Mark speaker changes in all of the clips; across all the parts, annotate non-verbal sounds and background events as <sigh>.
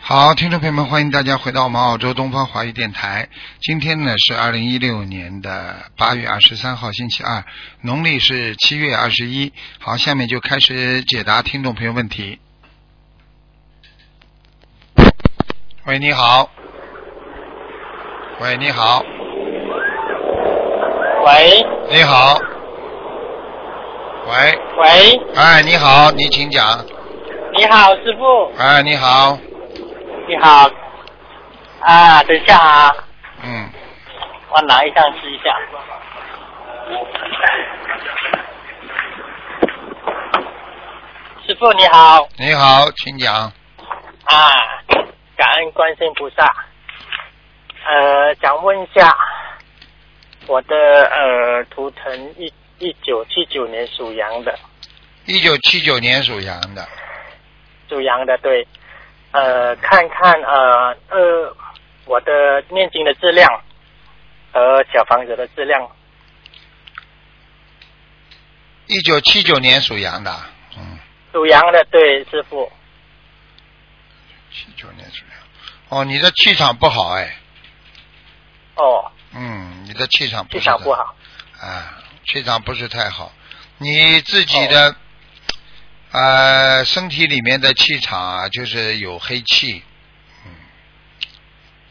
Speaker 1: 好，听众朋友们，欢迎大家回到我们澳洲东方华语电台。今天呢是二零一六年的八月二十三号，星期二，农历是七月二十一。好，下面就开始解答听众朋友问题。喂，你好。喂，你好，
Speaker 2: 喂
Speaker 1: 你好。喂，
Speaker 2: 喂，
Speaker 1: 哎，你好，你请讲。
Speaker 2: 你好，师傅，
Speaker 1: 哎，你好，
Speaker 2: 你好。啊，等一下啊，
Speaker 1: 嗯，
Speaker 2: 我拿一张试一下。师傅你好
Speaker 1: 你好，请讲。
Speaker 2: 啊，感恩观世音菩萨。呃，想问一下，我的呃图腾一一九七九年属羊的，
Speaker 1: 一九七九年属羊的，
Speaker 2: 属羊的，对，呃，看看呃呃我的念经的质量和小房子的质量，
Speaker 1: 一九七九年属羊的，嗯，
Speaker 2: 属羊的，对，师傅，
Speaker 1: 七九年属羊。哦，你的气场不好哎，
Speaker 2: 哦，
Speaker 1: 嗯，你的气场不
Speaker 2: 气
Speaker 1: 是
Speaker 2: 场
Speaker 1: 太
Speaker 2: 不好，
Speaker 1: 啊，气场不是太好，你自己
Speaker 2: 哦
Speaker 1: 的、呃身体里面的气场啊，就是有黑气，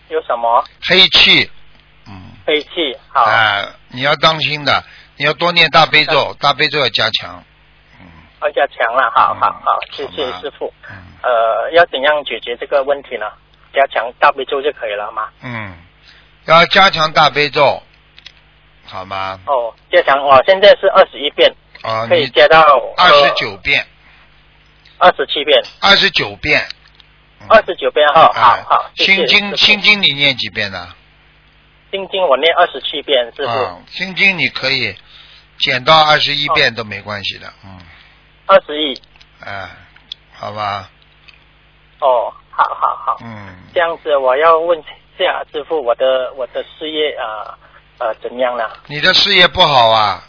Speaker 2: 有什么
Speaker 1: 黑气，嗯，
Speaker 2: 黑气？好，
Speaker 1: 啊，你要当心的，你要多念大悲咒，大悲咒要加强，
Speaker 2: 要加强了，好
Speaker 1: 嗯
Speaker 2: 好好，谢谢
Speaker 1: 好吧
Speaker 2: 师傅。
Speaker 1: 嗯
Speaker 2: 呃，要怎样解决这个问题呢？加强大悲咒就可以了吗？
Speaker 1: 嗯，要加强大悲咒，好吗？
Speaker 2: 哦，加强，我现在是二十一遍，
Speaker 1: 啊、
Speaker 2: 可以
Speaker 1: 你
Speaker 2: 加到哦
Speaker 1: 二十、九遍，
Speaker 2: 二十七遍、
Speaker 1: 二十九遍，嗯
Speaker 2: 二十九遍哈，好
Speaker 1: 哎
Speaker 2: 好，谢
Speaker 1: 心
Speaker 2: 谢
Speaker 1: 经
Speaker 2: 师傅
Speaker 1: 心经你念几遍呢？
Speaker 2: 心经我念二十七遍，师傅
Speaker 1: 啊，心经你可以减到二十一遍都没关系的，嗯，
Speaker 2: 二十一。
Speaker 1: 哎，好吧，
Speaker 2: 哦，好好好，
Speaker 1: 嗯，
Speaker 2: 这样子我要问一下师傅，我的我的事业啊呃怎样了？
Speaker 1: 你的事业不好啊，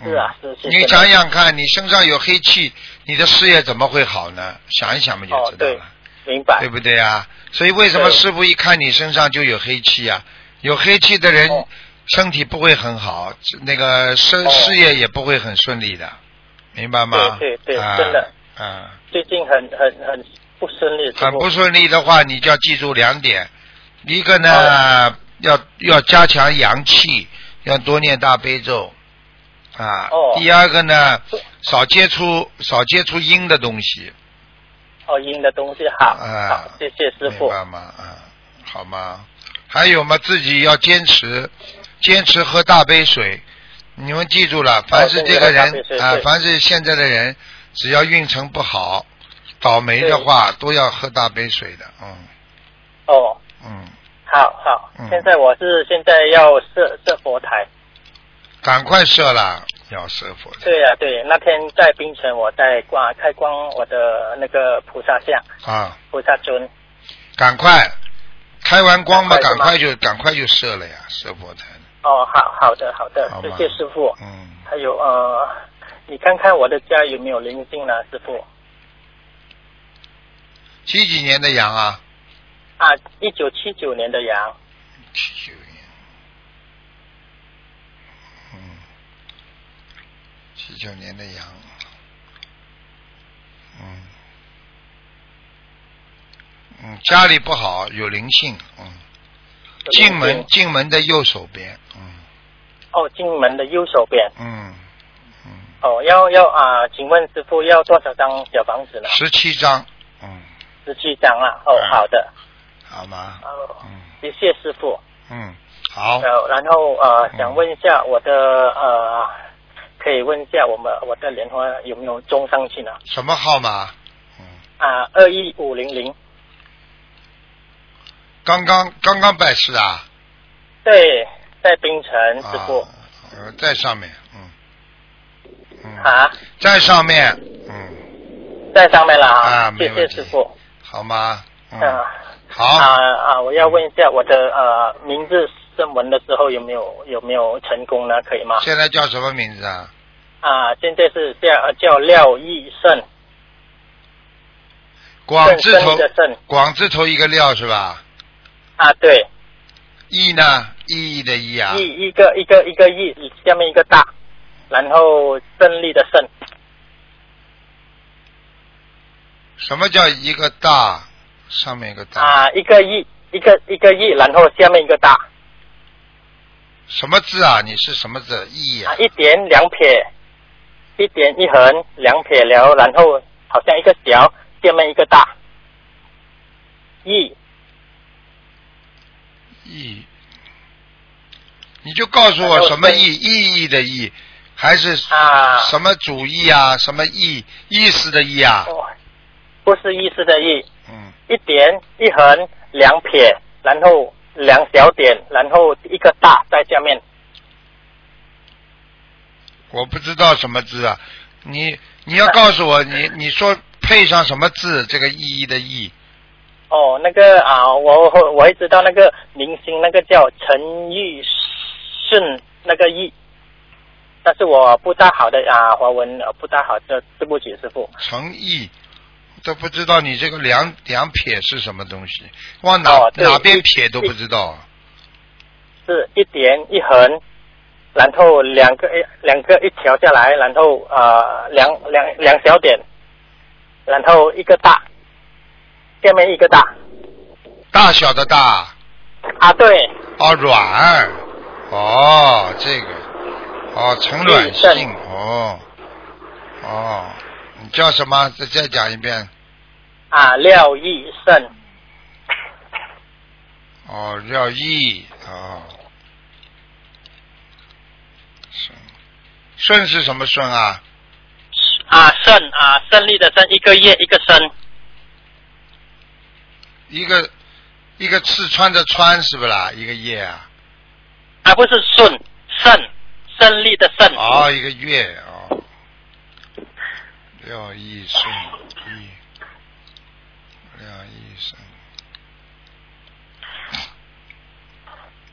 Speaker 1: 嗯
Speaker 2: 是啊，是是。
Speaker 1: 你想想看，你身上有黑气，你的事业怎么会好呢？想一想嘛就
Speaker 2: 哦
Speaker 1: 知道了，
Speaker 2: 明白
Speaker 1: 对不对啊？所以为什么
Speaker 2: 对
Speaker 1: 师傅一看你身上就有黑气啊？有黑气的人
Speaker 2: 哦
Speaker 1: 身体不会很好，那个生、
Speaker 2: 哦
Speaker 1: 事业也不会很顺利的，明白吗？
Speaker 2: 对对对
Speaker 1: 啊、
Speaker 2: 真的。
Speaker 1: 啊，
Speaker 2: 最近很很很不顺利，师
Speaker 1: 很
Speaker 2: 傅
Speaker 1: 不顺利的话，你就要记住两点，一个
Speaker 2: 哦
Speaker 1: 呢，要要加强阳气，要多念大悲咒。啊，
Speaker 2: 哦
Speaker 1: 第二个呢
Speaker 2: 对，
Speaker 1: 少接触少接触阴的东西，
Speaker 2: 哦阴的东西好，
Speaker 1: 啊
Speaker 2: 好谢谢师
Speaker 1: 明
Speaker 2: 傅。
Speaker 1: 白吗？啊，好吗？还有嘛，自己要坚持，坚持喝大杯水。你们记住了，凡是这个人
Speaker 2: 坚持喝大杯水
Speaker 1: 啊、
Speaker 2: 啊对
Speaker 1: 凡是现在的人，只要运程不好、倒霉的话，都要喝大杯水的。嗯
Speaker 2: 哦，
Speaker 1: 嗯，
Speaker 2: 好好
Speaker 1: 嗯，
Speaker 2: 现在我是现在要设设佛台，
Speaker 1: 赶快射了，要射佛的
Speaker 2: 对呀、啊对，那天在冰城我在挂开光我的那个菩萨像
Speaker 1: 啊！
Speaker 2: 菩萨尊，
Speaker 1: 赶快，开完光嘛，赶
Speaker 2: 赶
Speaker 1: 快
Speaker 2: 快
Speaker 1: 就赶快就射了呀，射佛台。
Speaker 2: 哦好好的好的
Speaker 1: 好，
Speaker 2: 谢
Speaker 1: 吗
Speaker 2: 谢师傅。
Speaker 1: 嗯，
Speaker 2: 还有呃，你看看我的家有没有灵性呢，师傅？
Speaker 1: 几几年的羊啊？
Speaker 2: 啊，一九七九年的羊，
Speaker 1: 七九年，嗯，七九年的羊，嗯，嗯，家里不好，有灵性，嗯，
Speaker 2: 有灵性
Speaker 1: 进门进门的右手边，嗯
Speaker 2: 哦，进门的右手边
Speaker 1: 嗯嗯，
Speaker 2: 哦，要要啊、请问师傅要多少张小房子呢？
Speaker 1: 十七张，嗯，
Speaker 2: 十七张啊，哦，
Speaker 1: 嗯
Speaker 2: 好的，
Speaker 1: 好吗？
Speaker 2: 哦，
Speaker 1: 嗯
Speaker 2: 谢谢师傅。
Speaker 1: 嗯，好，
Speaker 2: 呃，然后呃，
Speaker 1: 嗯
Speaker 2: 想问一下我的呃，可以问一下我们我的莲花有没有种上去呢？
Speaker 1: 什么号码？嗯，
Speaker 2: 啊，二一五零零，
Speaker 1: 刚刚刚刚拜师的啊，
Speaker 2: 对，在冰城，师傅
Speaker 1: 啊，呃在上面，嗯嗯。
Speaker 2: 啊，
Speaker 1: 在上面，嗯，
Speaker 2: 在上面了
Speaker 1: 啊没
Speaker 2: 谢
Speaker 1: 问
Speaker 2: 谢
Speaker 1: 题
Speaker 2: 师傅。
Speaker 1: 好吗？嗯，
Speaker 2: 啊啊
Speaker 1: 好，
Speaker 2: 啊！我要问一下我的呃名字声纹的时候有没有有没有成功呢？可以吗？
Speaker 1: 现在叫什么名字啊？
Speaker 2: 啊，现在是叫叫廖义胜，
Speaker 1: 广
Speaker 2: 正
Speaker 1: 字
Speaker 2: 正义
Speaker 1: 头
Speaker 2: 的，正
Speaker 1: 广字头一个料是吧？
Speaker 2: 啊，对，
Speaker 1: 义呢？意义的义啊。
Speaker 2: 一一个一个一个一，下面一个大，然后胜利的胜，
Speaker 1: 什么叫一个大？上面一个大。
Speaker 2: 啊，一个亿，一个一个亿，然后下面一个大，
Speaker 1: 什么字啊？你是什么字？义啊
Speaker 2: 啊，？一点两撇，一点一横两撇了，然后好像一个小，下面一个大，亿
Speaker 1: 义。你就告诉我什么意意义的意，还是
Speaker 2: 啊，
Speaker 1: 什么主义啊？什么意意思的意啊？
Speaker 2: 哦不是意思的意，
Speaker 1: 嗯，
Speaker 2: 一点一横两撇，然后两小点，然后一个大在下面，
Speaker 1: 我不知道什么字啊。你你要告诉我，你你说配上什么字？这个意义的意。
Speaker 2: 哦，那个啊，我我我会知道那个明星，那个叫陈奕迅，那个奕，但是我不大好的啊，华文呃不大好的，对不起师傅。
Speaker 1: 诚意，都不知道你这个两两撇是什么东西，往哪、
Speaker 2: 哦对
Speaker 1: 哪边撇都不知道。
Speaker 2: 是一点一横，然后两个一两个一条下来，然后呃两两两小点，然后一个大，下面一个大
Speaker 1: 大小的大，
Speaker 2: 啊，对，
Speaker 1: 哦，软，哦，这个，哦，呈软性，哦，哦，你叫什么？再再讲一遍。
Speaker 2: 啊廖奕胜
Speaker 1: 哦，廖毅，哦，顺，顺是什么顺啊？
Speaker 2: 啊胜啊胜利的胜，一个月一个生
Speaker 1: 一个一个刺穿的穿是不啦？一个叶啊？
Speaker 2: 啊不是顺胜胜利的胜
Speaker 1: 哦，一个月哦，廖医生，一廖医生，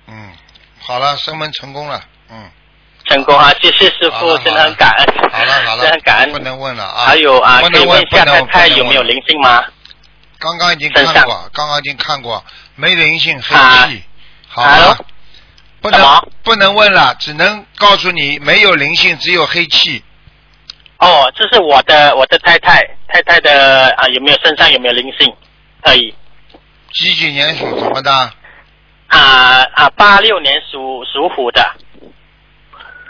Speaker 1: 嗯，好了，升温成功了，嗯，
Speaker 2: 成功啊！谢谢师
Speaker 1: 好
Speaker 2: 傅
Speaker 1: 了，
Speaker 2: 真的很感恩，
Speaker 1: 好了好了，
Speaker 2: 真的很感
Speaker 1: 不
Speaker 2: 恩。
Speaker 1: 能问了啊，
Speaker 2: 还有啊，
Speaker 1: 不
Speaker 2: 可以
Speaker 1: 能问
Speaker 2: 问一下
Speaker 1: 不能
Speaker 2: 太
Speaker 1: 问不
Speaker 2: 太
Speaker 1: 能
Speaker 2: 有没有
Speaker 1: 问
Speaker 2: 灵性吗？
Speaker 1: 刚刚已经
Speaker 2: 身
Speaker 1: 看
Speaker 2: 上
Speaker 1: 过，刚刚已经看过，没灵性黑
Speaker 2: 啊
Speaker 1: 气，好吧
Speaker 2: Hello？，
Speaker 1: 不
Speaker 2: 什
Speaker 1: 能
Speaker 2: 么
Speaker 1: 不能问了，只能告诉你没有灵性，只有黑气，
Speaker 2: 哦，这是我的我的太太太太的啊，有没有身上有没有灵性？可以
Speaker 1: 几几年属什么的？
Speaker 2: 啊啊，八六年属属虎的，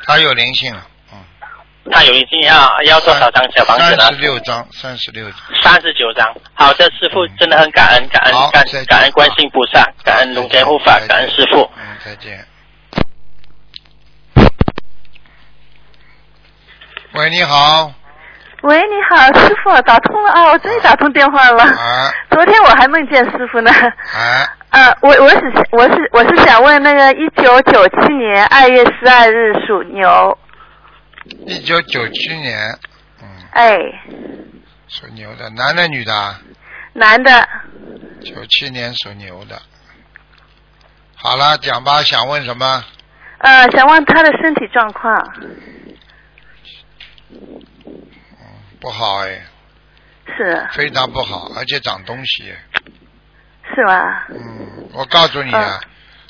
Speaker 1: 他有灵性了，嗯。
Speaker 2: 她有灵性要要多少张小房子呢
Speaker 1: 三？十六张，三十六张。
Speaker 2: 三十九张。好的，师傅真的很感恩，感
Speaker 1: 好
Speaker 2: 恩感
Speaker 1: 再见
Speaker 2: 感恩观世音菩萨，感恩龙天护法，感恩师傅。
Speaker 1: 嗯，再见。喂，你好。
Speaker 3: 喂，你好，师傅，打通了啊！我终于打通电话了。
Speaker 1: 哎
Speaker 3: 昨天我还梦见师傅呢。 <laughs>
Speaker 1: 哎，
Speaker 3: 呃，我我是我是我是想问那个一九九七年二月十二日属牛，
Speaker 1: 一九九七年，嗯，
Speaker 3: 哎，
Speaker 1: 属牛的，男的女的啊？
Speaker 3: 男的，
Speaker 1: 九七年属牛的。好了，讲吧，想问什么？
Speaker 3: 呃，想问他的身体状况
Speaker 1: 不好哎，
Speaker 3: 是
Speaker 1: 非常不好，
Speaker 3: 嗯
Speaker 1: 而且长东西。
Speaker 3: 是吧？
Speaker 1: 嗯，我告诉你啊，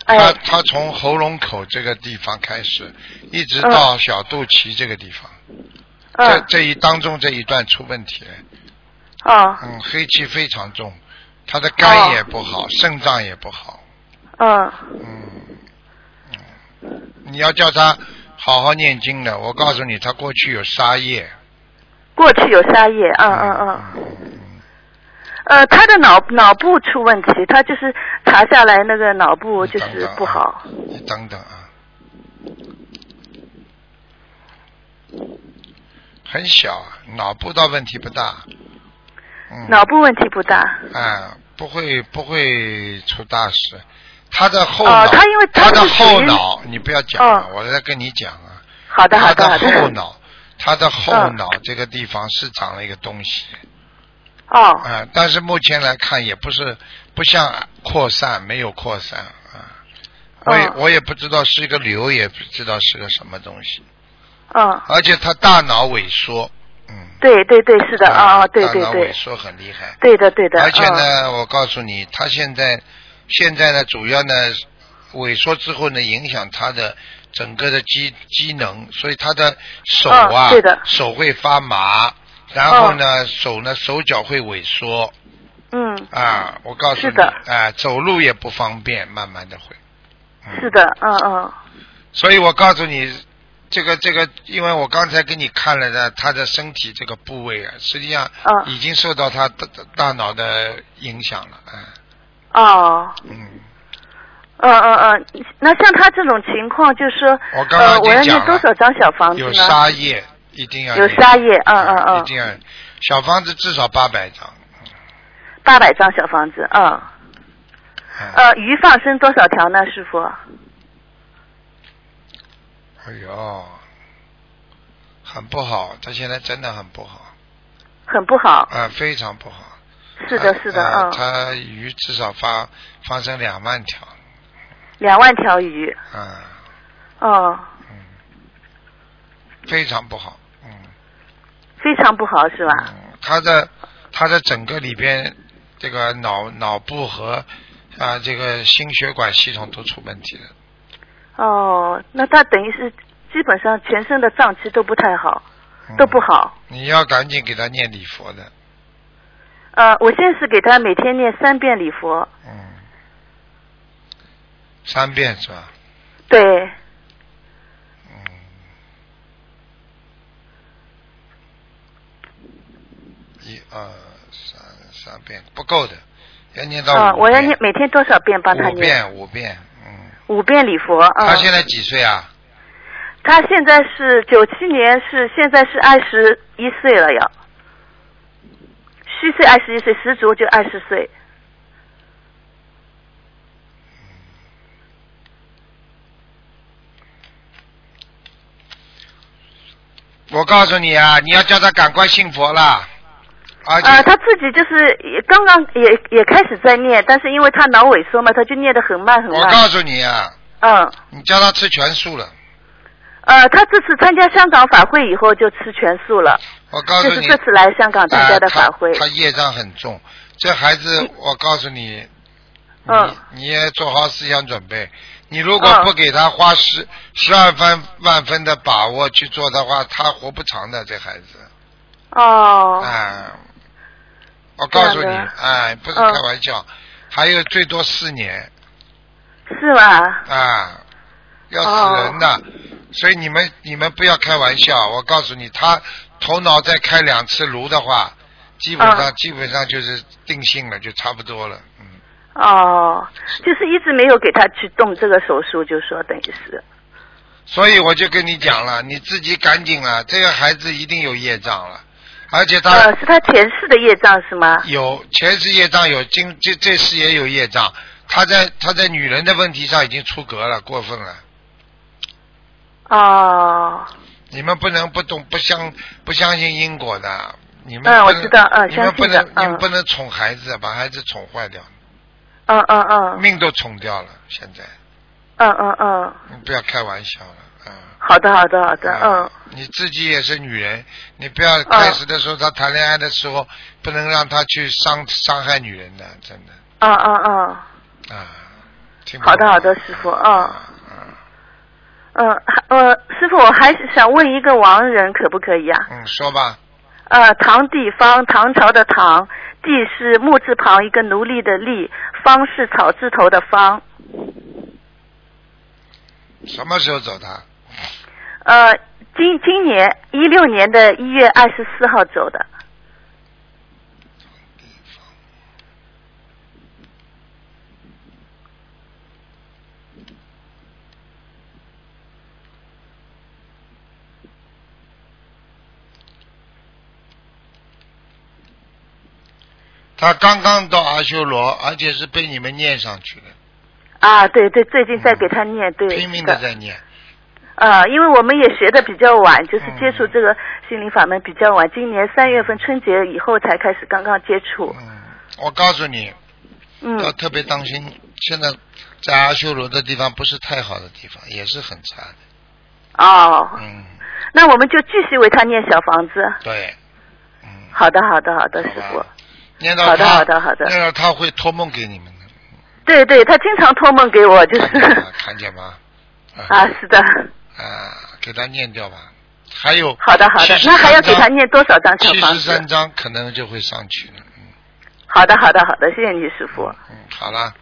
Speaker 3: 哎
Speaker 1: 他他从喉咙口这个地方开始，一直
Speaker 3: 嗯
Speaker 1: 到小肚脐这个地方。这
Speaker 3: 嗯
Speaker 1: 这一当中这一段出问题了，
Speaker 3: 哦
Speaker 1: 嗯，黑气非常重，他的肝也不好，肾脏也不好，
Speaker 3: 嗯
Speaker 1: 嗯，嗯，你要叫他好好念经的，我告诉你，他过去有杀业，
Speaker 3: 过去有沙叶，嗯嗯嗯，
Speaker 1: 嗯，
Speaker 3: 呃，他的脑脑部出问题，他就是查下来那个脑部就
Speaker 1: 等
Speaker 3: 是
Speaker 1: 等啊
Speaker 3: 不好，
Speaker 1: 你等等啊，很小啊，脑部倒问题不大，嗯，
Speaker 3: 脑部问题不大。
Speaker 1: 啊，不会不会出大事。他的后脑，
Speaker 3: 哦他因为
Speaker 1: 他
Speaker 3: 他
Speaker 1: 的
Speaker 3: 是属于
Speaker 1: 后脑，你不要讲了，
Speaker 3: 哦
Speaker 1: 我在跟你讲啊。
Speaker 3: 好的
Speaker 1: 他
Speaker 3: 好的好
Speaker 1: 的后
Speaker 3: 的。
Speaker 1: 脑，他的后
Speaker 3: 嗯
Speaker 1: 脑这个地方是长了一个东西
Speaker 3: 哦
Speaker 1: 啊、但是目前来看也不是不像扩散，没有扩散啊。我也
Speaker 3: 哦
Speaker 1: 我也不知道是一个瘤，也不知道是个什么东西，
Speaker 3: 嗯
Speaker 1: 而且他大脑萎缩，嗯，
Speaker 3: 对对对，是的啊，啊对
Speaker 1: 大
Speaker 3: 对
Speaker 1: 脑
Speaker 3: 对
Speaker 1: 萎，缩很厉害。
Speaker 3: 对的对的，
Speaker 1: 而且
Speaker 3: 啊，
Speaker 1: 呢，我告诉你，他现在现在呢，主要呢萎缩之后呢，影响他的整个的机机能，所以他的手啊，
Speaker 3: 嗯对的哦
Speaker 1: 手会发麻，然后呢，手呢手脚会萎缩
Speaker 3: 嗯，
Speaker 1: 啊。我告诉
Speaker 3: 是
Speaker 1: 你，
Speaker 3: 的
Speaker 1: 啊，走路也不方便，慢慢的会。嗯
Speaker 3: 是。的，嗯嗯，
Speaker 1: 所以我告诉你，这个这个，因为我刚才给你看了的他的身体这个部位啊，实际上
Speaker 3: 嗯
Speaker 1: 已经受到他大大大脑的影响了，嗯
Speaker 3: 哦，
Speaker 1: 嗯。
Speaker 3: 嗯嗯嗯，那像他这种情况，就是说，
Speaker 1: 我刚刚
Speaker 3: 呃，
Speaker 1: 已
Speaker 3: 我
Speaker 1: 经
Speaker 3: 要
Speaker 1: 讲了
Speaker 3: 念多少张小房子
Speaker 1: 有
Speaker 3: 呢？
Speaker 1: 沙叶，一定要
Speaker 3: 有
Speaker 1: 念
Speaker 3: 沙叶，嗯嗯
Speaker 1: 一
Speaker 3: 嗯，
Speaker 1: 定要小房子至少八百张。
Speaker 3: 八百张小房子，嗯，
Speaker 1: 嗯，
Speaker 3: 呃，鱼放生多少条呢，师傅？
Speaker 1: 哎呦，很不好，他现在真的很不好，
Speaker 3: 很不好，
Speaker 1: 啊、非常不好。
Speaker 3: 是的
Speaker 1: 他，
Speaker 3: 是的，
Speaker 1: 呃
Speaker 3: 嗯，
Speaker 1: 他鱼至少发发生两万条，
Speaker 3: 两万条鱼，
Speaker 1: 啊、嗯
Speaker 3: 哦，
Speaker 1: 非常不好，嗯。
Speaker 3: 非常不好是吧？
Speaker 1: 嗯，他的他的整个里边这个脑脑部和啊、这个心血管系统都出问题了。嗯
Speaker 3: 哦，那他等于是基本上全身的脏器都不太好，
Speaker 1: 嗯
Speaker 3: 都不。好。
Speaker 1: 你要赶紧给他念礼佛的，
Speaker 3: 呃，我现在是给他每天念三遍礼佛，
Speaker 1: 嗯，三遍是吧？
Speaker 3: 对，
Speaker 1: 嗯。一二三三遍不够的，要念到五
Speaker 3: 啊、
Speaker 1: 遍
Speaker 3: 我要念每天多少遍帮他
Speaker 1: 五
Speaker 3: 念？
Speaker 1: 遍五遍，嗯。
Speaker 3: 五遍礼佛，嗯，
Speaker 1: 他现在几岁啊？
Speaker 3: 他现在是九七年是，现在是二十一岁了要，虚岁二十一岁，实足就二十岁。
Speaker 1: 我告诉你啊，你要叫他赶快信佛啦，而且、
Speaker 3: 啊、他自己就是也刚刚也也开始在念，但是因为他脑萎缩嘛，他就念得很慢很
Speaker 1: 我
Speaker 3: 慢。
Speaker 1: 告诉你啊，
Speaker 3: 嗯，
Speaker 1: 你叫他吃全素了。
Speaker 3: 呃，他这次参加香港法会以后就吃全素了，
Speaker 1: 我告诉
Speaker 3: 就
Speaker 1: 你，
Speaker 3: 是这次来香港参加的法会
Speaker 1: 啊。他他业障很重，这孩子，我告诉你，
Speaker 3: 嗯
Speaker 1: 你你也做好思想准备。你如果
Speaker 3: 嗯
Speaker 1: 不给他花十十二分万分的把握去做的话，他活不长的这孩子。
Speaker 3: 哦，
Speaker 1: 啊，我告诉
Speaker 3: 这
Speaker 1: 你，
Speaker 3: 样的
Speaker 1: 哎，不是
Speaker 3: 嗯
Speaker 1: 开玩笑，还有最多四年
Speaker 3: 是吧？
Speaker 1: 啊，要死人的。所以你们你们不要开玩笑，我告诉你，他头脑再开两次颅的话，基本上、基本上就是定性了，就差不多了。嗯，
Speaker 3: 哦，就是一直没有给他去动这个手术，就说等于是。
Speaker 1: 所以我就跟你讲了，你自己赶紧了，这个孩子一定有业障了，而且他、
Speaker 3: 呃，是他前世的业障是吗？
Speaker 1: 有前世业障，有今这这世也有业障。他在他在女人的问题上已经出格了，过分了。
Speaker 3: 哦，
Speaker 1: 你们不能不懂不相不相信因果的，你们
Speaker 3: 嗯
Speaker 1: 不
Speaker 3: 我
Speaker 1: 能
Speaker 3: 知道嗯
Speaker 1: 你们不能
Speaker 3: 相信的
Speaker 1: 你们
Speaker 3: 嗯
Speaker 1: 不能宠孩子，把孩子宠坏掉，
Speaker 3: 嗯嗯嗯，
Speaker 1: 命都宠掉了。现在
Speaker 3: 嗯嗯嗯，
Speaker 1: 你不要开玩笑了，嗯。
Speaker 3: 好的好的好的，
Speaker 1: 啊
Speaker 3: 嗯，
Speaker 1: 你自己也是女人，你不要开始的时候，他谈恋爱的时候，不能让他去伤伤害女人的，真的
Speaker 3: 嗯嗯嗯
Speaker 1: 啊。听不
Speaker 3: 好的
Speaker 1: 懂
Speaker 3: 好的师傅嗯
Speaker 1: 啊啊
Speaker 3: 嗯，还呃，师傅我还是想问一个亡人可不可以啊？
Speaker 1: 嗯，说吧，
Speaker 3: 呃，唐地方，唐朝的唐，地是木字旁一个奴隶的隶，方是草字头的方。
Speaker 1: 什么时候走的？
Speaker 3: 呃，今今年一六年的一月二十四号走的。
Speaker 1: 他刚刚到阿修罗，而且是被你们念上去的，
Speaker 3: 啊，对对，最近在给他念，对，
Speaker 1: 拼命
Speaker 3: 是
Speaker 1: 的
Speaker 3: 的。
Speaker 1: 在念。
Speaker 3: 呃，因为我们也学的比较晚，就是
Speaker 1: 嗯
Speaker 3: 接触这个心灵法门比较晚，今年三月份春节以后才开始刚刚接触。
Speaker 1: 嗯，我告诉你，
Speaker 3: 嗯，
Speaker 1: 要特别当心，现在在阿修罗的地方不是太好的地方，也是很差的。
Speaker 3: 哦，
Speaker 1: 嗯，
Speaker 3: 那我们就继续为他念小房子。
Speaker 1: 对，嗯，
Speaker 3: 好的，好的，好的，
Speaker 1: 好
Speaker 3: 师
Speaker 1: 吧
Speaker 3: 傅。
Speaker 1: 念到
Speaker 3: 好的
Speaker 1: 他
Speaker 3: 好的好的
Speaker 1: 念到他会托梦给你们
Speaker 3: <laughs>
Speaker 1: 的，
Speaker 3: 对对，他经常托梦给我，就是 <laughs>
Speaker 1: 看见吗看见吗？
Speaker 3: 啊，是的，
Speaker 1: 啊，给他念掉吧。还有
Speaker 3: 好的好的
Speaker 1: 73。
Speaker 3: 那还要给他
Speaker 1: 张
Speaker 3: 念多少张小
Speaker 1: 七
Speaker 3: 房
Speaker 1: 十
Speaker 3: 子
Speaker 1: 三？章可能就会上去了。嗯
Speaker 3: 好的好的好的，谢谢你师傅。
Speaker 1: 嗯，好了。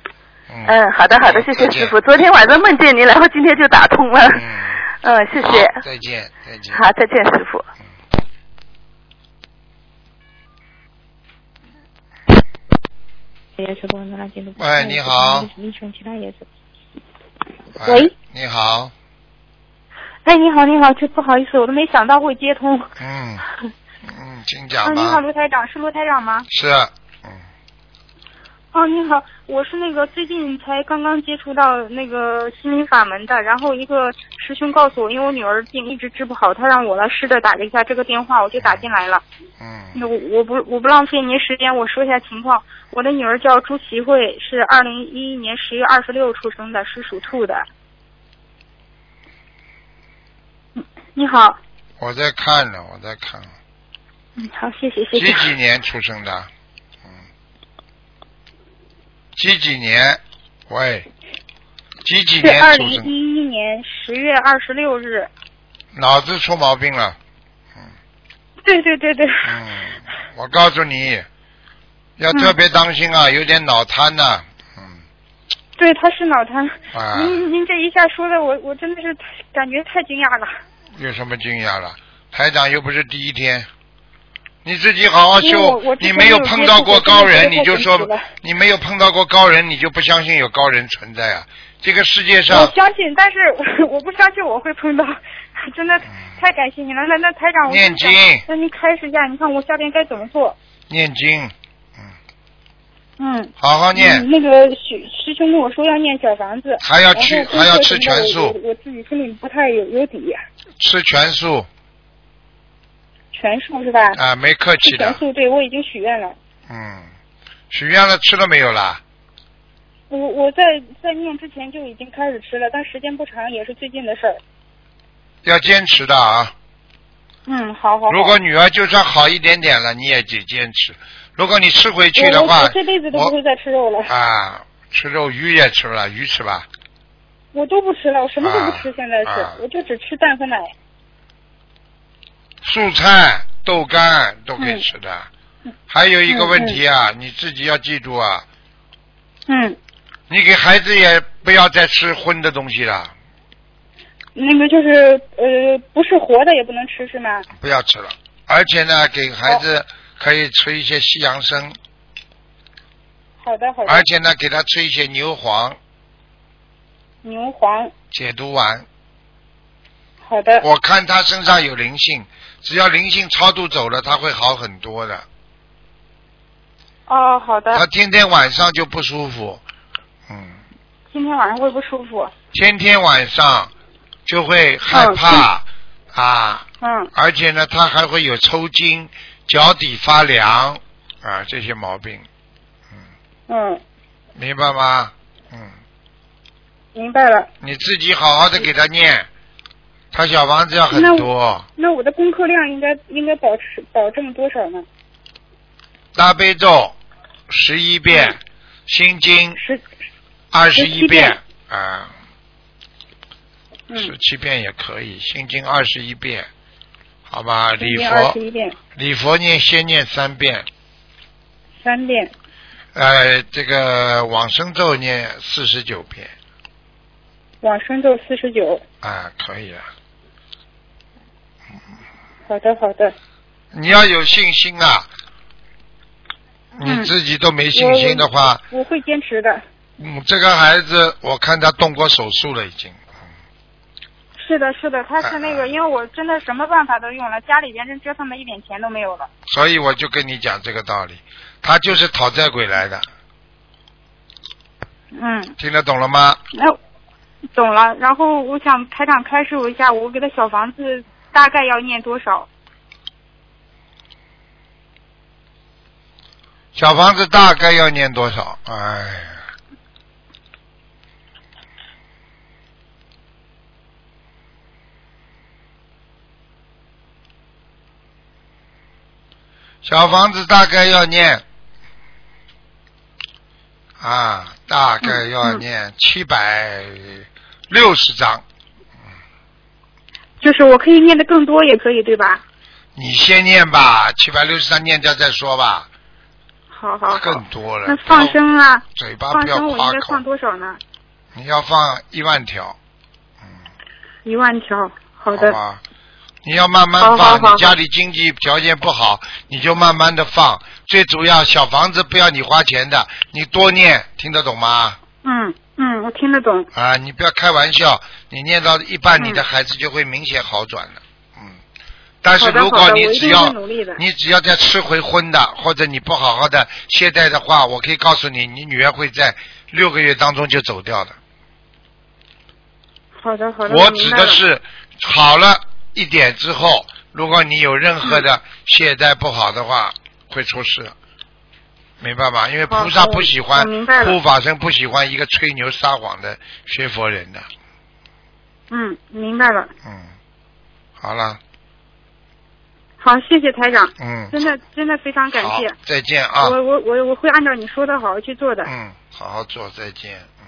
Speaker 1: 嗯，
Speaker 3: 嗯，好的好的，
Speaker 1: 嗯
Speaker 3: 谢
Speaker 1: 再
Speaker 3: 谢
Speaker 1: 见
Speaker 3: 师傅。昨天晚上梦见您，然后今天就打通了。嗯，谢
Speaker 1: 好
Speaker 3: 谢。
Speaker 1: 再见，再见。
Speaker 3: 好，再见，师傅。
Speaker 4: 颜色不能拉进入。
Speaker 1: 喂你好
Speaker 4: 你选其他颜色。
Speaker 1: 哎
Speaker 4: 喂，
Speaker 1: 你好，
Speaker 4: 哎，你好，你好，这不好意思，我都没想到会接通。
Speaker 1: 嗯嗯，请
Speaker 4: 啊，
Speaker 1: 讲
Speaker 4: 你好，
Speaker 1: 吧。
Speaker 4: 卢台长，是卢台长吗？
Speaker 1: 是，嗯
Speaker 4: 哦，你好，我是那个最近才刚刚接触到那个心灵法门的，然后一个师兄告诉我，因为我女儿病一直治不好，他让我来试着打了一下这个电话，我就打进来了。
Speaker 1: 嗯
Speaker 4: 那我我不我不浪费您时间，我说一下情况。我的女儿叫朱琪慧，是二零一一年十月二十六出生的，是属兔的。嗯你好，
Speaker 1: 我在看呢，我在看。
Speaker 4: 嗯，好，谢谢谢
Speaker 1: 几
Speaker 4: 谢。
Speaker 1: 几年出生的？嗯，几几年？喂，几几
Speaker 4: 是
Speaker 1: 年
Speaker 4: 二
Speaker 1: 出
Speaker 4: 零
Speaker 1: 生？
Speaker 4: 一一年十月二十六日。
Speaker 1: 脑子出毛病了。
Speaker 4: 对对对对。
Speaker 1: 嗯，我告诉你，要特别当心
Speaker 4: 嗯
Speaker 1: 啊，有点脑瘫呐、嗯
Speaker 4: <laughs> 对，她是脑瘫。
Speaker 1: 啊，
Speaker 4: 您您这一下说的我我真的是感觉太惊讶了。
Speaker 1: 有什么惊讶了？台长又不是第一天，你自己好好
Speaker 4: 因为我
Speaker 1: 修
Speaker 4: 我。之
Speaker 1: 你
Speaker 4: 前
Speaker 1: 没有碰到过高人，
Speaker 4: 没有
Speaker 1: 你
Speaker 4: 接触
Speaker 1: 就说
Speaker 4: 过这个太神奇了
Speaker 1: 你没有碰到过高人，你就不相信有高人存在啊？这个世界
Speaker 4: 我
Speaker 1: 上
Speaker 4: 相信，但是我不相信我会碰到，真的太感谢您了。那那台长，我就
Speaker 1: 嗯念
Speaker 4: 想
Speaker 1: 经
Speaker 4: 那您开始一下，你看我下边该怎么做？
Speaker 1: 念经，
Speaker 4: 嗯，
Speaker 1: 好好念。
Speaker 4: 嗯那个许师兄跟我说要念小房子，
Speaker 1: 还要吃
Speaker 4: 然后
Speaker 1: 还要吃
Speaker 4: 功课
Speaker 1: 全
Speaker 4: 什么的
Speaker 1: 素
Speaker 4: 我我我自己心里不太有有底，
Speaker 1: 吃全素
Speaker 4: 全素是吧？
Speaker 1: 啊，没客
Speaker 4: 是
Speaker 1: 气
Speaker 4: 全
Speaker 1: 的。
Speaker 4: 素，对我已经许愿了。
Speaker 1: 嗯，许愿了，吃了没有啦？
Speaker 4: 我我在在念之前就已经开始吃了，但时间不长，也是最近的事儿。
Speaker 1: 要坚持的啊！
Speaker 4: 嗯，好好好。
Speaker 1: 如果女儿就算好一点点了，你也得坚持。如果你吃回去的
Speaker 4: 我我
Speaker 1: 话
Speaker 4: 我，这辈子都
Speaker 1: 我
Speaker 4: 不会再吃肉了，
Speaker 1: 啊，吃肉鱼也吃不了，鱼吃吧。
Speaker 4: 我都不吃了，我什么都不吃，
Speaker 1: 啊
Speaker 4: 现在是，
Speaker 1: 啊
Speaker 4: 我就只吃蛋和奶。
Speaker 1: 素菜、豆干都可以吃的。还有一个问题啊，你自己要记住啊，
Speaker 4: 嗯，
Speaker 1: 你给孩子也不要再吃荤的东西了，
Speaker 4: 那个就是呃，不是活的也不能吃是吗？
Speaker 1: 不要吃了。而且呢，给孩子可以吃一些西洋参，
Speaker 4: 好的好的，
Speaker 1: 而且呢，给他吃一些牛黄
Speaker 4: 牛黄，
Speaker 1: 解毒丸。
Speaker 4: 好的
Speaker 1: 我看他身上有灵性，只要灵性超度走了，他会好很多的。
Speaker 4: 哦好的，
Speaker 1: 他天天晚上就不舒服，嗯，
Speaker 4: 今天晚上会不舒服，
Speaker 1: 天天晚上就会害
Speaker 4: 哦
Speaker 1: 怕、啊，
Speaker 4: 嗯
Speaker 1: 而且呢，他还会有抽筋、脚底发凉啊这些毛病，
Speaker 4: 嗯，
Speaker 1: 明白吗？嗯，
Speaker 4: 明白了。
Speaker 1: 你自己好好的给他念，他小房子要很
Speaker 4: 那
Speaker 1: 多。
Speaker 4: 那我的功课量应该应该保持保证多少呢？
Speaker 1: 大悲咒十一遍，心经
Speaker 4: 十，
Speaker 1: 二十一
Speaker 4: 17遍
Speaker 1: 啊，
Speaker 4: 嗯，
Speaker 1: 十七遍也可以，心经二十一遍，好吧？礼
Speaker 4: 念二
Speaker 1: 佛
Speaker 4: 十一遍，
Speaker 1: 礼佛念先念三遍，
Speaker 4: 三遍，
Speaker 1: 呃，这个往生咒念四十九遍
Speaker 4: 往生咒四十九。
Speaker 1: 啊，可以了。
Speaker 4: 好的好的，
Speaker 1: 你要有信心啊！你
Speaker 4: 嗯
Speaker 1: 自己都没信心的话，
Speaker 4: 我会坚持的。
Speaker 1: 嗯，这个孩子我看他动过手术了已经。
Speaker 4: 是的，是的，他是那
Speaker 1: 啊啊
Speaker 4: 个，因为我真的什么办法都用了，家里边真折腾的一点钱都没有了。
Speaker 1: 所以我就跟你讲这个道理，他就是讨债鬼来的，
Speaker 4: 嗯，
Speaker 1: 听得懂了吗？
Speaker 4: 那懂了。然后我想台长开示我一下，我给他小房子大概要念多少？
Speaker 1: 小房子大概要念多少？哎呀，小房子大概要念啊，大概要
Speaker 4: 嗯
Speaker 1: 念七百六十章。
Speaker 4: 就是我可以念的更多，也可以对吧？
Speaker 1: 你先念吧，七百六十章念掉再说吧。
Speaker 4: 好好好。
Speaker 1: 更多了。
Speaker 4: 那放生啊，
Speaker 1: 嘴巴
Speaker 4: 放
Speaker 1: 不要
Speaker 4: 生我
Speaker 1: 夸
Speaker 4: 应该
Speaker 1: 口
Speaker 4: 放，多少呢？
Speaker 1: 你要放一万条，
Speaker 4: 一万条。好
Speaker 1: 好
Speaker 4: 的，
Speaker 1: 吧？你要慢慢
Speaker 4: 好好
Speaker 1: 放，
Speaker 4: 好
Speaker 1: 你家里经济条件不好，你就慢慢的放。最主要小房子不要你花钱的，你多念，听得懂吗？
Speaker 4: 嗯嗯，我听得懂。
Speaker 1: 啊，你不要开玩笑，你念到一半，
Speaker 4: 嗯
Speaker 1: 你的孩子就会明显好转了。嗯，但是
Speaker 4: 好的
Speaker 1: 如
Speaker 4: 好
Speaker 1: 果
Speaker 4: 的
Speaker 1: 你
Speaker 4: 我一
Speaker 1: 只
Speaker 4: 定
Speaker 1: 要
Speaker 4: 会努力的
Speaker 1: 你只要再吃回荤的，或者你不好好的懈怠的话，我可以告诉你，你女儿会在六个月当中就走掉的。
Speaker 4: 好的好的，
Speaker 1: 我
Speaker 4: 明
Speaker 1: 指
Speaker 4: 白
Speaker 1: 的
Speaker 4: 了
Speaker 1: 是好了一点之后，如果你有任何
Speaker 4: 嗯
Speaker 1: 的懈怠不好的话，会出事，明白吗？因为菩萨
Speaker 4: 好我
Speaker 1: 不喜欢
Speaker 4: 我明白了
Speaker 1: 护法神不喜欢一个吹牛撒谎的学佛人的。
Speaker 4: 嗯，明白了。
Speaker 1: 嗯，好了，
Speaker 4: 好，谢谢台长，
Speaker 1: 嗯，
Speaker 4: 真的真的非常感
Speaker 1: 好
Speaker 4: 谢。，
Speaker 1: 再见啊，
Speaker 4: 我我我我会按照你说的好好去做的。
Speaker 1: 嗯，好好做，再见，嗯。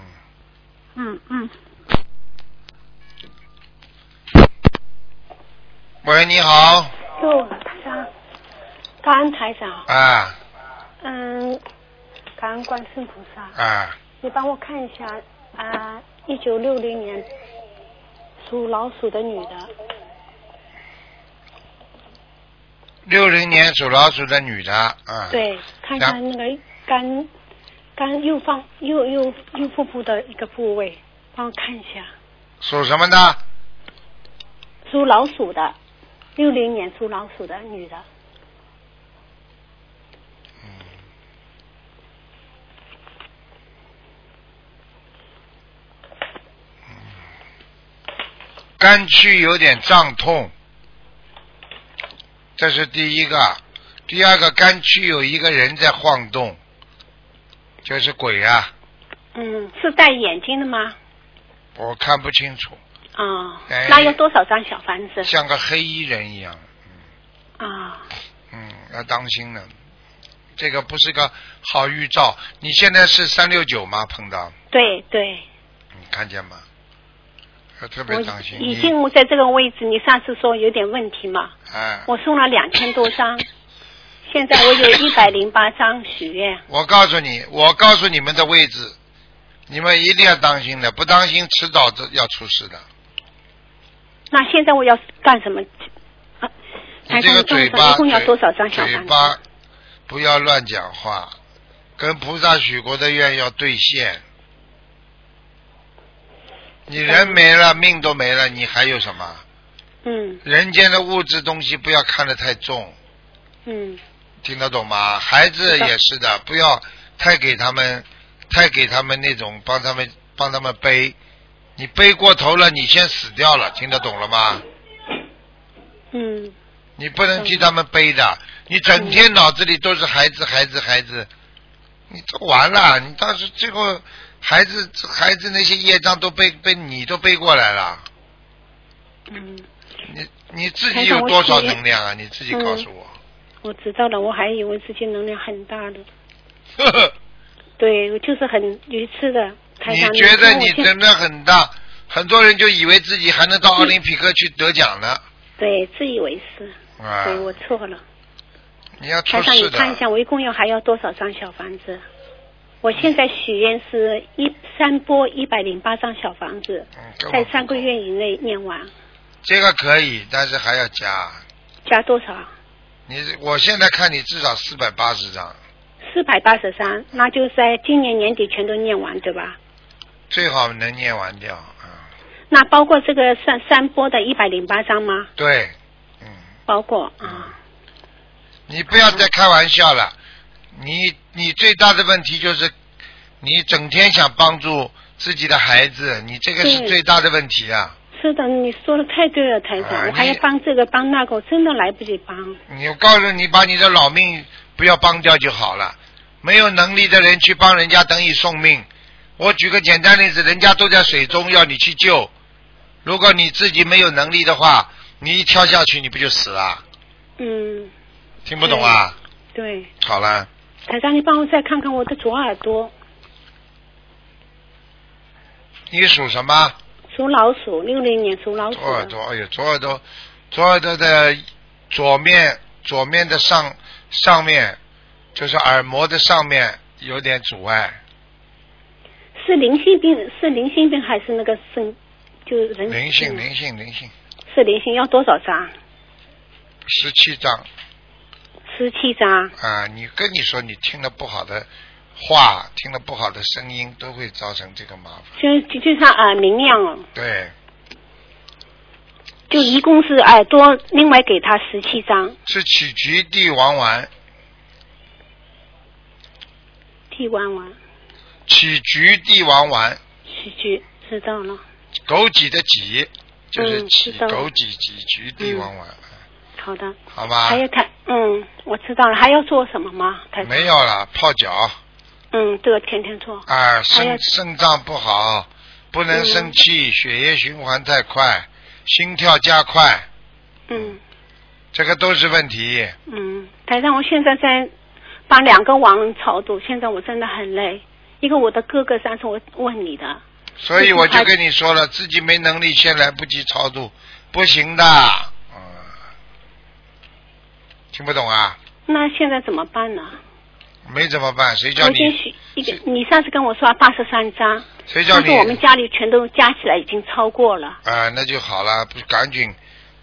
Speaker 4: 嗯嗯，
Speaker 1: 喂，你好，
Speaker 5: 就台长，感恩台长，
Speaker 1: 啊
Speaker 5: 嗯，感恩观世音菩萨，
Speaker 1: 啊，
Speaker 5: 你帮我看一下啊，一九六零年属老鼠的女的，
Speaker 1: 六零年属老鼠的女的，啊，，
Speaker 5: 对，看看那个肝肝右方右右右腹部的一个部位，帮我看一下，
Speaker 1: 属什么的？
Speaker 5: 属老鼠的，六零年属老鼠的女的，
Speaker 1: 肝区有点胀痛，这是第一个。第二个，肝区有一个人在晃动，就是鬼啊，
Speaker 5: 嗯，是戴眼镜的吗？
Speaker 1: 我看不清楚，
Speaker 5: 啊、
Speaker 1: 哎
Speaker 5: 那要多少张小房子？
Speaker 1: 像个黑衣人一样，
Speaker 5: 啊、
Speaker 1: 嗯，要当心了。这个不是个好预兆。你现在是三六九吗？碰到，
Speaker 5: 对对。
Speaker 1: 你看见吗？要特别当
Speaker 5: 我
Speaker 1: 心。
Speaker 5: 已
Speaker 1: 你
Speaker 5: 经在这个位置，你上次说有点问题嘛，
Speaker 1: 哎，
Speaker 5: 我送了两千多张，现在我有一百零八张许愿。
Speaker 1: 我告诉你，我告诉你们的位置，你们一定要当心的，不当心迟早都要出事的。
Speaker 5: 那现在我要干什么？啊，
Speaker 1: 你这个嘴
Speaker 5: 台长
Speaker 1: 巴，
Speaker 5: 你告诉我一共要
Speaker 1: 嘴
Speaker 5: 多少张小
Speaker 1: 嘴
Speaker 5: 房子？
Speaker 1: 巴不要乱讲话，跟菩萨许过的愿要兑现。你人没了，命都没了，你还有什么？
Speaker 5: 嗯
Speaker 1: 人间的物质东西不要看得太重，
Speaker 5: 嗯
Speaker 1: 听得懂吗？孩子
Speaker 5: 知道
Speaker 1: 也是的，不要太给他们，太给他们那种帮他们帮他们背，你背过头了，你先死掉了，听得懂了吗？
Speaker 5: 嗯，
Speaker 1: 你不能替他们背的，你整天脑子里都是孩子，孩子，孩子，你都完了，你到时最后孩子孩子那些业障都背被你都背过来了，
Speaker 5: 嗯，
Speaker 1: 你你自己
Speaker 5: 台长
Speaker 1: 有
Speaker 5: 我
Speaker 1: 多少
Speaker 5: 许愿
Speaker 1: 能量啊？你自己
Speaker 5: 嗯
Speaker 1: 告诉我。
Speaker 5: 我知道了，我还以为自己能量很大的，
Speaker 1: 呵呵，
Speaker 5: 对，我就是很愚痴的。
Speaker 1: <laughs>
Speaker 5: 台
Speaker 1: 你
Speaker 5: 长
Speaker 1: 觉得
Speaker 5: 帮我
Speaker 1: 你
Speaker 5: 先
Speaker 1: 能量很大，很多人就以为自己还能到奥林匹克去得奖呢。
Speaker 5: 对自以为是，
Speaker 1: 啊，
Speaker 5: 对我错了。
Speaker 1: 你要出
Speaker 5: 台长，你
Speaker 1: 事的。
Speaker 5: 看一下，我一共要还要多少张小房子？我现在许愿是一三波一百零八张小房子，
Speaker 1: 嗯，根
Speaker 5: 在
Speaker 1: 本
Speaker 5: 三个月以内念完，
Speaker 1: 这个可以，但是还要加。
Speaker 5: 加多少？
Speaker 1: 你我现在看你至少四百八十张，
Speaker 5: 四百八十三，那就在今年年底全都念完，对吧？
Speaker 1: 最好能念完掉啊、
Speaker 5: 那包括这个三三波的一百零八张吗？
Speaker 1: 对，嗯，
Speaker 5: 包括啊，
Speaker 1: 你不要再开玩笑了。你你最大的问题就是，你整天想帮助自己的孩子，你这个是
Speaker 5: 对
Speaker 1: 最大的问题啊。
Speaker 5: 是的，你说的太对了，台
Speaker 1: 啊
Speaker 5: 长，我还
Speaker 1: 你
Speaker 5: 要帮这个帮那个，我真的来不及帮。
Speaker 1: 你我告诉你，把你的老命不要帮掉就好了。没有能力的人去帮人家等于送命。我举个简单例子，人家都在水中要你去救，如果你自己没有能力的话，你一跳下去你不就死了？
Speaker 5: 嗯，
Speaker 1: 听不懂啊？
Speaker 5: 对，
Speaker 1: 好了，
Speaker 5: 台长，你帮我再看看我的左耳朵，
Speaker 1: 你属什么？
Speaker 5: 属老鼠，六零年属老鼠
Speaker 1: 左
Speaker 5: 的。
Speaker 1: 耳朵，哎呦，左耳朵，左耳朵的左面，左面的上上面，就是耳膜的上面有点阻碍，
Speaker 5: 是灵性病，是灵性病还是那个生，就是人
Speaker 1: 灵性，灵性，灵性，
Speaker 5: 是灵性，要多少张？
Speaker 1: 十七张
Speaker 5: 十七张。
Speaker 1: 啊！你跟你说，你听了不好的话，听了不好的声音，都会造成这个麻烦。
Speaker 5: 就就就像耳鸣一样哦，
Speaker 1: 对，
Speaker 5: 就一共是耳朵，另外给他十七张
Speaker 1: 是杞菊地黄丸，
Speaker 5: 替弯弯
Speaker 1: 杞菊地黄丸，
Speaker 5: 喜剧，知道了。
Speaker 1: 枸杞的杞，就是
Speaker 5: 嗯
Speaker 1: 杞
Speaker 5: 知道了嗯
Speaker 1: 枸杞杞菊地黄丸，
Speaker 5: 好的，
Speaker 1: 好吧
Speaker 5: 还？有台，嗯，我知道了，还要做什么吗？台长
Speaker 1: 没有了，泡脚。
Speaker 5: 嗯，这个天天做。
Speaker 1: 啊，
Speaker 5: 还
Speaker 1: 肾
Speaker 5: 有
Speaker 1: 肾脏不好，不能生
Speaker 5: 嗯
Speaker 1: 气，血液循环太快，心跳加快，
Speaker 5: 嗯
Speaker 1: 这个都是问题。
Speaker 5: 嗯，台长，我现在在帮两个亡人超度，现在我真的很累。一个我的哥哥，上次我问你的，
Speaker 1: 所以我
Speaker 5: 嗯
Speaker 1: 就
Speaker 5: 还
Speaker 1: 跟你说
Speaker 5: <laughs>
Speaker 1: 了，自己没能力，先来不及超度，不行的。嗯，听不懂啊？
Speaker 5: 那现在怎么办呢？
Speaker 1: 没怎么办？谁叫
Speaker 5: 我已经
Speaker 1: 你？
Speaker 5: 许一个，你上次跟我说八十三张，
Speaker 1: 谁叫
Speaker 5: 但
Speaker 1: 你
Speaker 5: 是？我们家里全都加起来已经超过了。
Speaker 1: 啊，那就好了，不赶紧，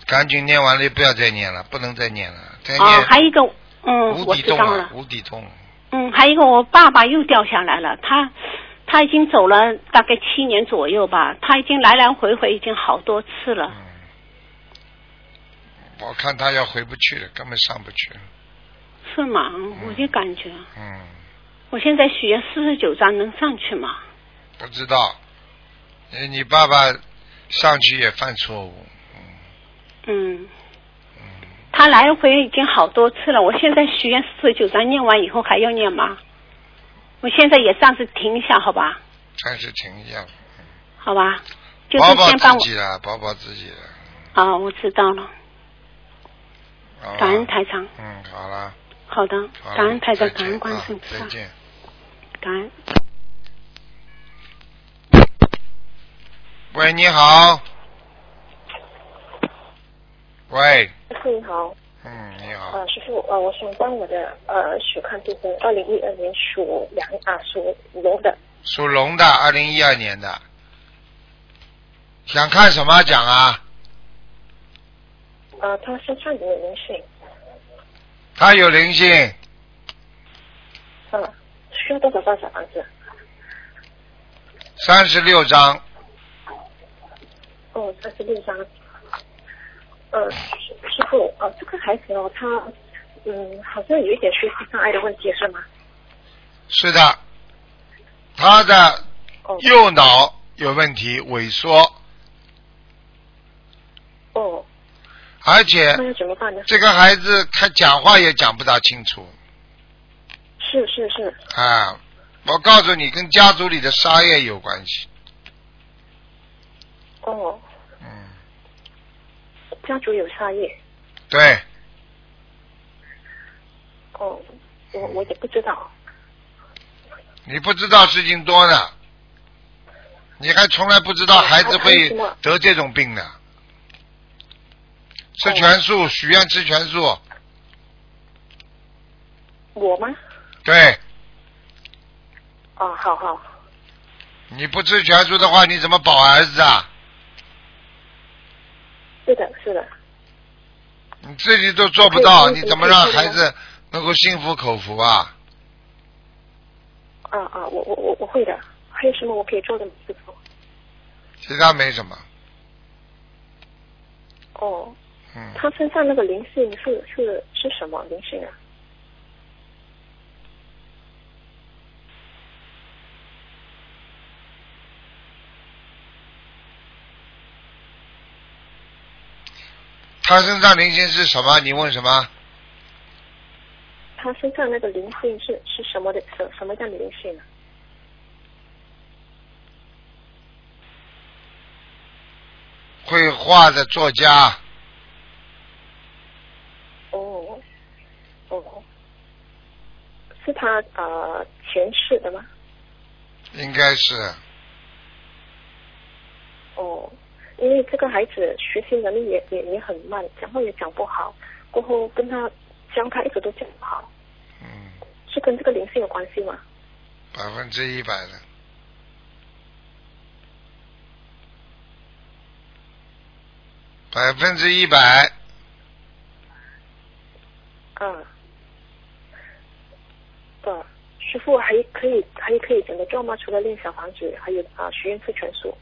Speaker 1: 赶紧念完了，不要再念了，不能再念了，再
Speaker 5: 啊，
Speaker 1: 念
Speaker 5: 还有一个，嗯，
Speaker 1: 哎无
Speaker 5: 我
Speaker 1: 底
Speaker 5: 知
Speaker 1: 洞啊
Speaker 5: 道
Speaker 1: 了
Speaker 5: 了，。
Speaker 1: 无底洞。
Speaker 5: 嗯，还有一个，我爸爸又掉下来了，他他已经走了大概七年左右吧，他已经来来回回已经好多次了。
Speaker 1: 嗯，我看他要回不去了，根本上不去了。
Speaker 5: 是吗？我就感觉，
Speaker 1: 嗯，
Speaker 5: 我现在许愿四十九张能上去吗？
Speaker 1: 不知道。呃你爸爸上去也犯错误，嗯
Speaker 5: 嗯，他来回已经好多次了，我现在许愿四十九张念完以后还要念吗？我现在也暂时停一下，好吧？
Speaker 1: 暂时停一下，
Speaker 5: 好吧，就是
Speaker 1: 保保
Speaker 5: 先
Speaker 1: 自
Speaker 5: 帮我
Speaker 1: 己了，保保自己了。
Speaker 5: 啊，我知道了，
Speaker 1: 好了
Speaker 5: 感恩。台长，
Speaker 1: 嗯，好了，
Speaker 5: 好的，
Speaker 1: 好了
Speaker 5: 感恩台长，
Speaker 1: 再见
Speaker 5: 感恩观世音
Speaker 1: 啊
Speaker 5: 菩
Speaker 1: 再
Speaker 5: 萨，
Speaker 1: 见。
Speaker 5: 感恩。
Speaker 1: 喂，你好。喂，
Speaker 6: 师傅你好，
Speaker 1: 嗯，你好，
Speaker 6: 呃，师傅，呃，我想帮我的呃属看图腾，二零一二年属羊啊，属龙的，
Speaker 1: 属龙的，二零一二年的，想看什么讲啊？
Speaker 6: 呃，他身上有没有灵性？
Speaker 1: 他有灵性，
Speaker 6: 嗯、需要多少张小房子？
Speaker 1: 三十六章，
Speaker 6: 哦，三十六张。呃，师师傅，呃，这个孩子哦，他嗯，好像有一点学习障碍的问题是吗？
Speaker 1: 是的，他的
Speaker 6: 哦
Speaker 1: 右脑有问题，萎缩，
Speaker 6: 哦，
Speaker 1: 而且
Speaker 6: 那要怎么办呢？
Speaker 1: 这个孩子他讲话也讲不大清楚
Speaker 6: 是是是，
Speaker 1: 啊。我告诉你，跟家族里的杀业有关系。
Speaker 6: 哦，
Speaker 1: 嗯，
Speaker 6: 家族有杀业，
Speaker 1: 对，
Speaker 6: 哦，我我也不知道，
Speaker 1: 你不知道事情多呢，你还从来不知道
Speaker 6: 哦
Speaker 1: 孩子
Speaker 6: 还还有
Speaker 1: 会
Speaker 6: 什么
Speaker 1: 得这种病呢。吃
Speaker 6: 哦
Speaker 1: 全素，许愿吃全素，
Speaker 6: 我吗？
Speaker 1: 对
Speaker 6: 哦，好好，
Speaker 1: 你不吃全素的话，你怎么保儿子啊？
Speaker 6: 是的，是的，
Speaker 1: 你自己都做不到，
Speaker 6: 可以
Speaker 1: 你怎么让孩子能够心服口服啊？
Speaker 6: 啊啊，我我我我会的。还有什么我可以做的吗，师傅？
Speaker 1: 其他没什么，
Speaker 6: 哦，
Speaker 1: 嗯，
Speaker 6: 他身上那个灵性是是是什么灵性啊？
Speaker 1: 他身上灵性是什么？你问什么？
Speaker 6: 他身上那个灵性是是什么的什什么样的灵性啊？
Speaker 1: 绘画的作家，
Speaker 6: 哦，哦，他呃前世的吗？
Speaker 1: 应该是
Speaker 6: 哦，因为这个孩子学习能力也也也很慢，讲话也讲不好，过后跟他教他一直都讲不好，
Speaker 1: 嗯
Speaker 6: 是跟这个灵性有关系吗？
Speaker 1: 百分之一百的，百分之一百，
Speaker 6: 嗯，嗯，师傅还可以还可以怎么做吗？除了练小房子，还有啊、许愿吃全素，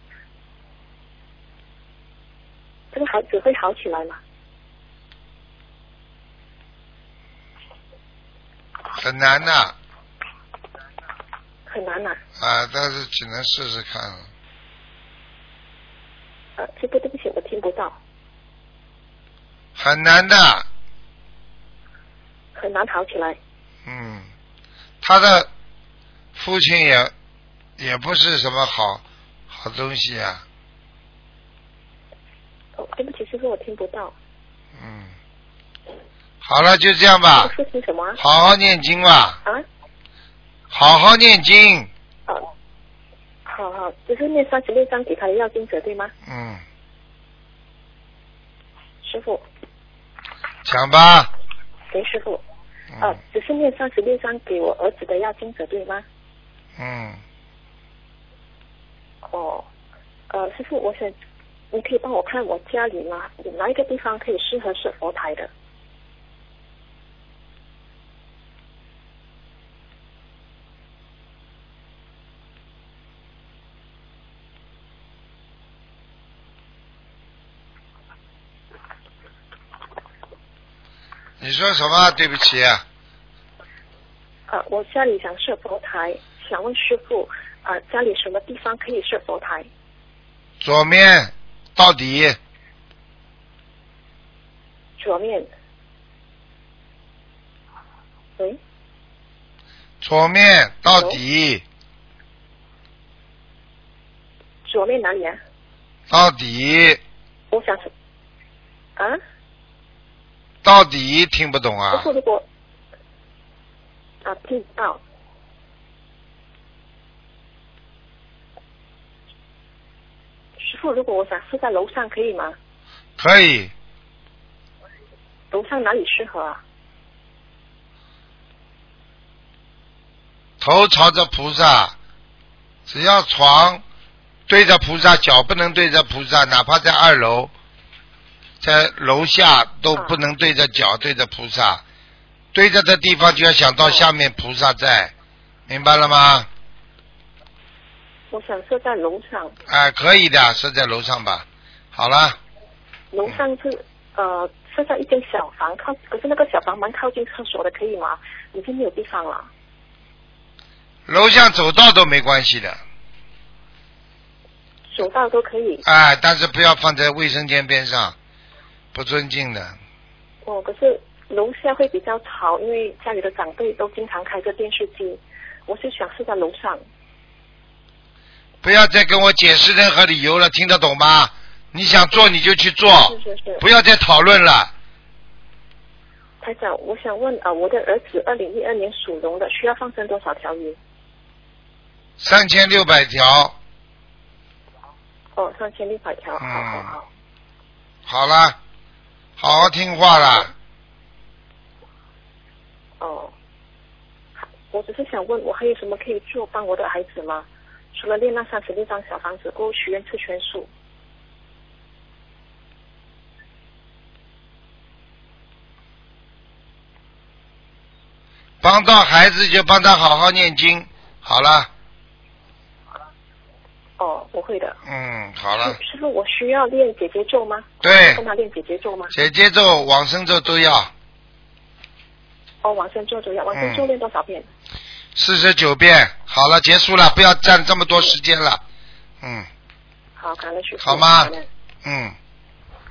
Speaker 6: 这个孩子会好起来吗？
Speaker 1: 很难的啊
Speaker 6: 很难呐、
Speaker 1: 但是只能试试看了。
Speaker 6: 呃，师傅对不起，我听不到，
Speaker 1: 很难的，
Speaker 6: 很难好起来。
Speaker 1: 嗯，他的父亲也也不是什么好好东西啊，
Speaker 6: 哦，对不起，师傅我听不到，
Speaker 1: 嗯，好了，就这样吧，
Speaker 6: 父亲什么啊？
Speaker 1: 好好念经吧，
Speaker 6: 啊，
Speaker 1: 好好念经，
Speaker 6: 哦，好好，就是念三十六章给他的要经者对吗？
Speaker 1: 嗯，
Speaker 6: 师傅，
Speaker 1: 讲吧，
Speaker 6: 给师傅，呃
Speaker 1: 嗯，
Speaker 6: 只是念三十六章给我儿子的要经者对吗？
Speaker 1: 嗯，
Speaker 6: 哦，呃，师傅，我想你可以帮我看我家里哪有哪一个地方可以适合设佛台的？
Speaker 1: 你说什么？对不起、啊，
Speaker 6: 呃，我家里想设佛台，想问师傅，呃，家里什么地方可以设佛台？
Speaker 1: 左面到底，
Speaker 6: 左面。喂，
Speaker 1: 左面到底，
Speaker 6: 左面哪里啊？
Speaker 1: 到底，
Speaker 6: 我想是啊，
Speaker 1: 到底，听不懂
Speaker 6: 师
Speaker 1: 啊
Speaker 6: 傅，？如果啊听不到，师傅，如果我想设在楼上可以吗？
Speaker 1: 可以，
Speaker 6: 楼上哪里适合啊？
Speaker 1: 头朝着菩萨，只要床对着菩萨，脚不能对着菩萨，哪怕在二楼，在楼下都不能对着脚对着菩萨，对着的地方就要想到下面菩萨在，明白了吗？
Speaker 6: 我想设在楼上，
Speaker 1: 哎，可以的，是在楼上吧？好了，
Speaker 6: 楼上是呃设在一间小房靠，可是那个小房蛮靠近厕所的，可以吗？已经没有地方了。
Speaker 1: 楼下走道都没关系的，
Speaker 6: 走道都可以。
Speaker 1: 哎，但是不要放在卫生间边上，不尊敬的。
Speaker 6: 哦，可是楼下会比较吵，因为家里的长辈都经常开着电视机。我是想是在楼上。
Speaker 1: 不要再跟我解释任何理由了，听得懂吗？你想做你就去做
Speaker 6: 是，是是。
Speaker 1: 不要再讨论了。
Speaker 6: 台长，我想问啊、呃我的儿子二零一二年属龙的，需要放生多少条鱼？
Speaker 1: 三千六百条，
Speaker 6: 哦，三千六百条。好好好。
Speaker 1: 好了，好好听话啦。
Speaker 6: 哦，我只是想问，我还有什么可以做帮我的孩子吗？除了练那三十六张小房子，过后许愿吃全素。
Speaker 1: 帮到孩子就帮他好好念经。好了，
Speaker 6: 哦，我会的。
Speaker 1: 嗯，好哎了，
Speaker 6: 师傅，我需要练姐姐咒吗？
Speaker 1: 对
Speaker 6: 跟，他练姐姐咒吗？
Speaker 1: 姐姐咒、往生咒都要
Speaker 6: 哦，往生咒主要，往
Speaker 1: 嗯
Speaker 6: 生咒练多少遍？
Speaker 1: 四十九遍。好了，结束了，不要占这么多时间了。嗯
Speaker 6: 好，感恩师傅。
Speaker 1: 好吗
Speaker 6: 感恩
Speaker 1: 嗯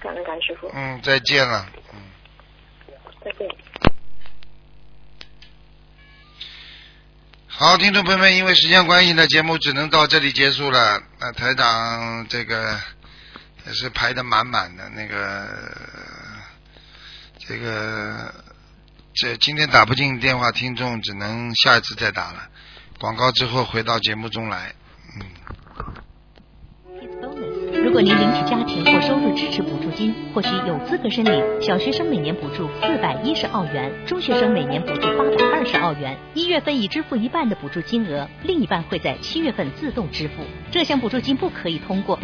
Speaker 6: 感恩感恩师傅，
Speaker 1: 嗯，再见了。嗯。
Speaker 6: 再见。
Speaker 1: 好，听众朋友们，因为时间关系呢，节目只能到这里结束了。那、台长这个也是排的满满的，那个这个这今天打不进电话，听众只能下一次再打了。广告之后回到节目中来。嗯。
Speaker 7: 如果您领取家庭或收入支持补助金，或许有资格申领小学生每年补助四百一十澳元，中学生每年补助八百二十澳元。一月份已支付一半的补助金额，另一半会在七月份自动支付。这项补助金不可以通过。